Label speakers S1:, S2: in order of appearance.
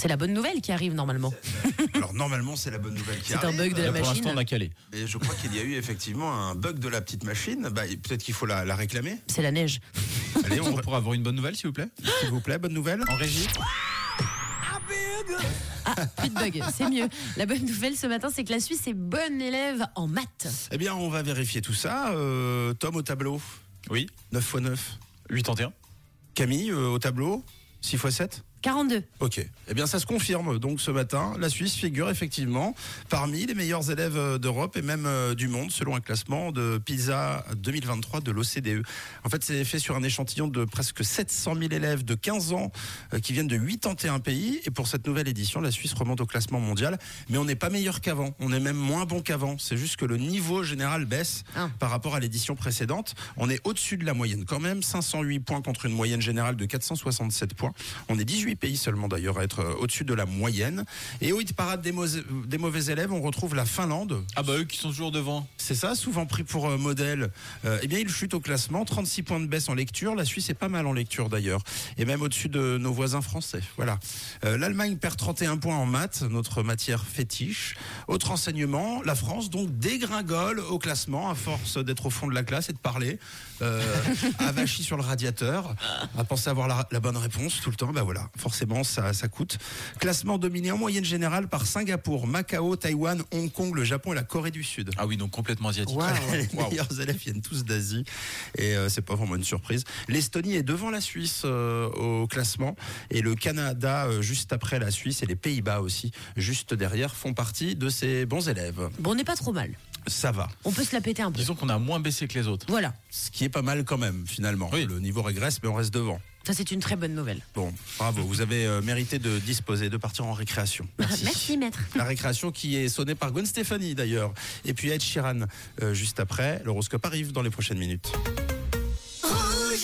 S1: C'est la bonne nouvelle qui arrive normalement.
S2: Alors normalement, c'est la bonne nouvelle qui
S1: C'est un
S2: arrive.
S1: bug de la
S3: Là, pour l'instant, on
S1: machine.
S3: a calé.
S2: Et je crois qu'il y a eu effectivement un bug de la petite machine. Bah, et peut-être qu'il faut la, la réclamer.
S1: C'est la neige.
S2: Allez, on
S3: On
S2: va-
S3: pourra avoir une bonne nouvelle, s'il vous plaît
S2: s'il vous plaît, bonne nouvelle.
S3: En régie
S1: Plus de bug, c'est mieux. La bonne nouvelle ce matin, c'est que la Suisse est bonne élève en maths.
S2: Eh bien, on va vérifier tout ça. Euh, Tom au tableau,
S3: Oui.
S2: 9 x 9.
S3: 831.
S2: Camille euh, au tableau, 6 x 7.
S1: 42.
S2: Ok. Eh bien, ça se confirme. Donc, ce matin, la Suisse figure effectivement parmi les meilleurs élèves euh, d'Europe et même euh, du monde, selon un classement de PISA 2023 de l'OCDE. E. En fait, c'est fait sur un échantillon de presque 700 000 élèves de 15 ans euh, qui viennent de 81 pays. Et pour cette nouvelle édition, la Suisse remonte au classement mondial. Mais on n'est pas meilleur qu'avant. On est même moins bon qu'avant. C'est juste que le niveau général baisse
S1: Ah.
S2: par rapport à l'édition précédente. On est au-dessus de la moyenne quand même. 508 points contre une moyenne générale de 467 points. On est 18 pays seulement d'ailleurs à être euh, au-dessus de la moyenne. Et au hit parade des, mauvais- des mauvais élèves, on retrouve la Finlande.
S3: Ah bah eux qui sont toujours devant.
S2: C'est ça, souvent pris pour euh, modèle. Euh, eh bien, il chute au classement. 36 points de baisse en lecture. La Suisse est pas mal en lecture d'ailleurs. Et même au-dessus de nos voisins français. Voilà. Euh, L'Allemagne perd 31 points en maths, notre matière fétiche. Autre enseignement, la France donc dégringole au classement à force d'être au fond de la classe et de parler. Euh, avachi sur le radiateur, à penser avoir la, la bonne réponse tout le temps. Bah voilà, forcément, ça, ça coûte. Classement dominé en moyenne générale par Singapour, Macao, Taïwan, Hong Kong, le Japon et la Corée du Sud.
S3: Ah oui, donc complètement asiatique.
S2: Les
S3: Waouh.
S2: meilleurs élèves viennent tous d'Asie et euh, c'est pas vraiment une surprise. L'Estonie est devant la Suisse euh, au classement et le Canada euh, juste après la Suisse et les Pays-Bas aussi juste derrière font partie de ces bons élèves.
S1: Bon, on n'est pas trop mal.
S2: Ça va.
S1: On peut se la péter un peu.
S3: Disons qu'on a moins baissé que les autres.
S1: Voilà,
S2: Ce qui est pas mal quand même finalement.
S3: Oui.
S2: Le niveau régresse mais on reste devant.
S1: ça c'est une très bonne nouvelle.
S2: Bon, bravo, vous avez euh, mérité de disposer, de partir en récréation.
S1: Bah, Merci maître.
S2: La récréation qui est sonnée par Gwen Stefani d'ailleurs. Et puis Ed Sheeran euh, juste après. L'horoscope arrive dans les prochaines minutes.